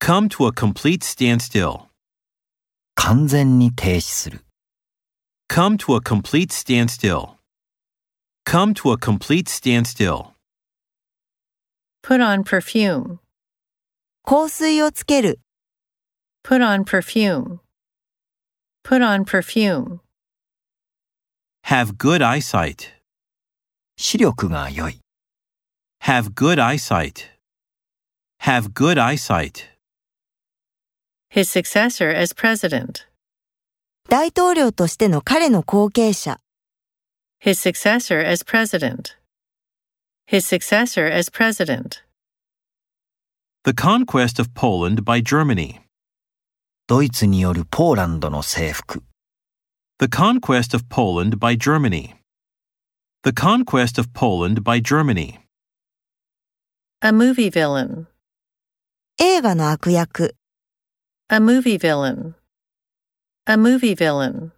Come to a complete standstill. 完全に停止する。 Come to a complete standstill. Come to a complete standstill. Put on perfume. 香水をつける、 Put on perfume. Put on perfume. Have good eyesight. 視力が良い。 Have good eyesight. Have good eyesight. His successor as president. 大統領としての彼の後継者、 His successor as president. His successor as president. The conquest of Poland by Germany. ドイツによるポーランドの征服。 The conquest of Poland by Germany. The conquest of Poland by Germany. A movie villain. 映画の悪役、 A movie villain. A movie villain.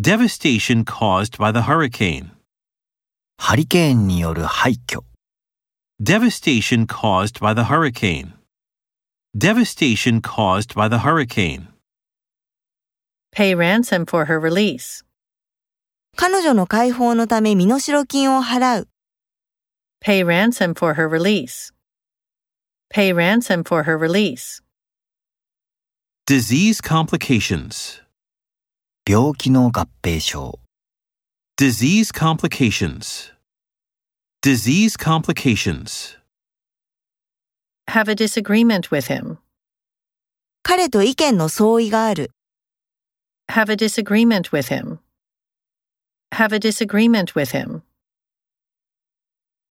Devastation caused by the hurricane. ハリケーンによる廃墟。 Devastation caused by the hurricane. Devastation caused by the hurricane. Pay ransom for her release. 彼女の解放のため身代金を払う、 Pay ransom for her release. Pay ransom for her release. Disease complications. 病気の合併症。 Disease complications. Disease complications. Have a disagreement with him. 彼と意見の相違がある、 Have a disagreement with him. Have a disagreement with him.